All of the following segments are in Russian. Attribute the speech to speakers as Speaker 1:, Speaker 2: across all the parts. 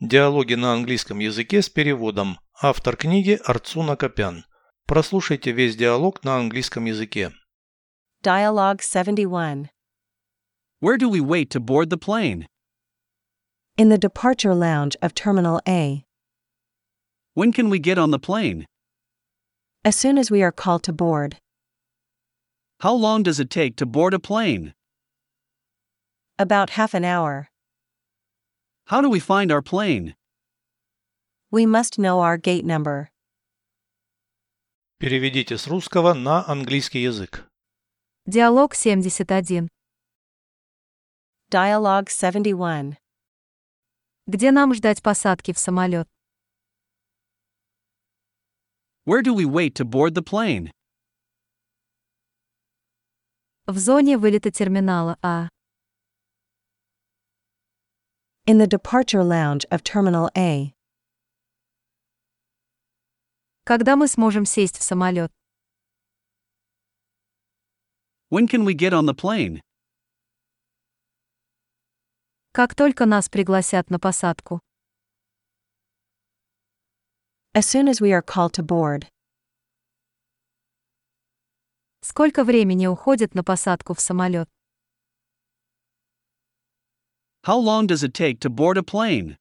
Speaker 1: Диалоги на английском языке с переводом. Автор книги Арцуна Копян. Прослушайте весь диалог на английском языке.
Speaker 2: Dialogue 71.
Speaker 3: Where do we wait to board the plane?
Speaker 2: In the departure lounge of Terminal A.
Speaker 3: When can we get on the plane?
Speaker 2: As soon as we are called to board,
Speaker 3: How long does it take to board a plane?
Speaker 2: about half an hour,
Speaker 3: How do we find our plane?
Speaker 2: we must know our gate number.
Speaker 1: Переведите с русского на английский язык.
Speaker 4: Диалог 71.
Speaker 2: Dialogue 71.
Speaker 4: Где нам ждать посадки в самолет?
Speaker 3: Where do we wait to board the plane?
Speaker 4: В зоне вылета терминала А.
Speaker 2: In the departure lounge of Terminal A.
Speaker 4: Когда мы сможем сесть в самолет?
Speaker 3: When can we get on the plane?
Speaker 4: Как только нас пригласят на посадку.
Speaker 2: As soon as we are called to board,
Speaker 4: Сколько времени уходит на посадку в самолет?
Speaker 3: How long does it take to board a plane?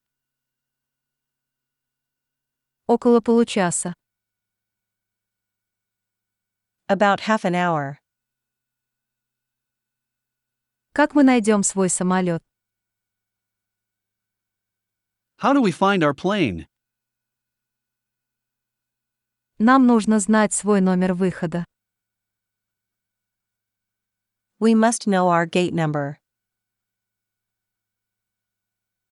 Speaker 4: Около получаса.
Speaker 2: about half an hour,
Speaker 4: Как мы найдем свой самолет?
Speaker 3: How do we find our plane?
Speaker 4: Нам нужно знать свой номер выхода.
Speaker 2: we must know our gate number.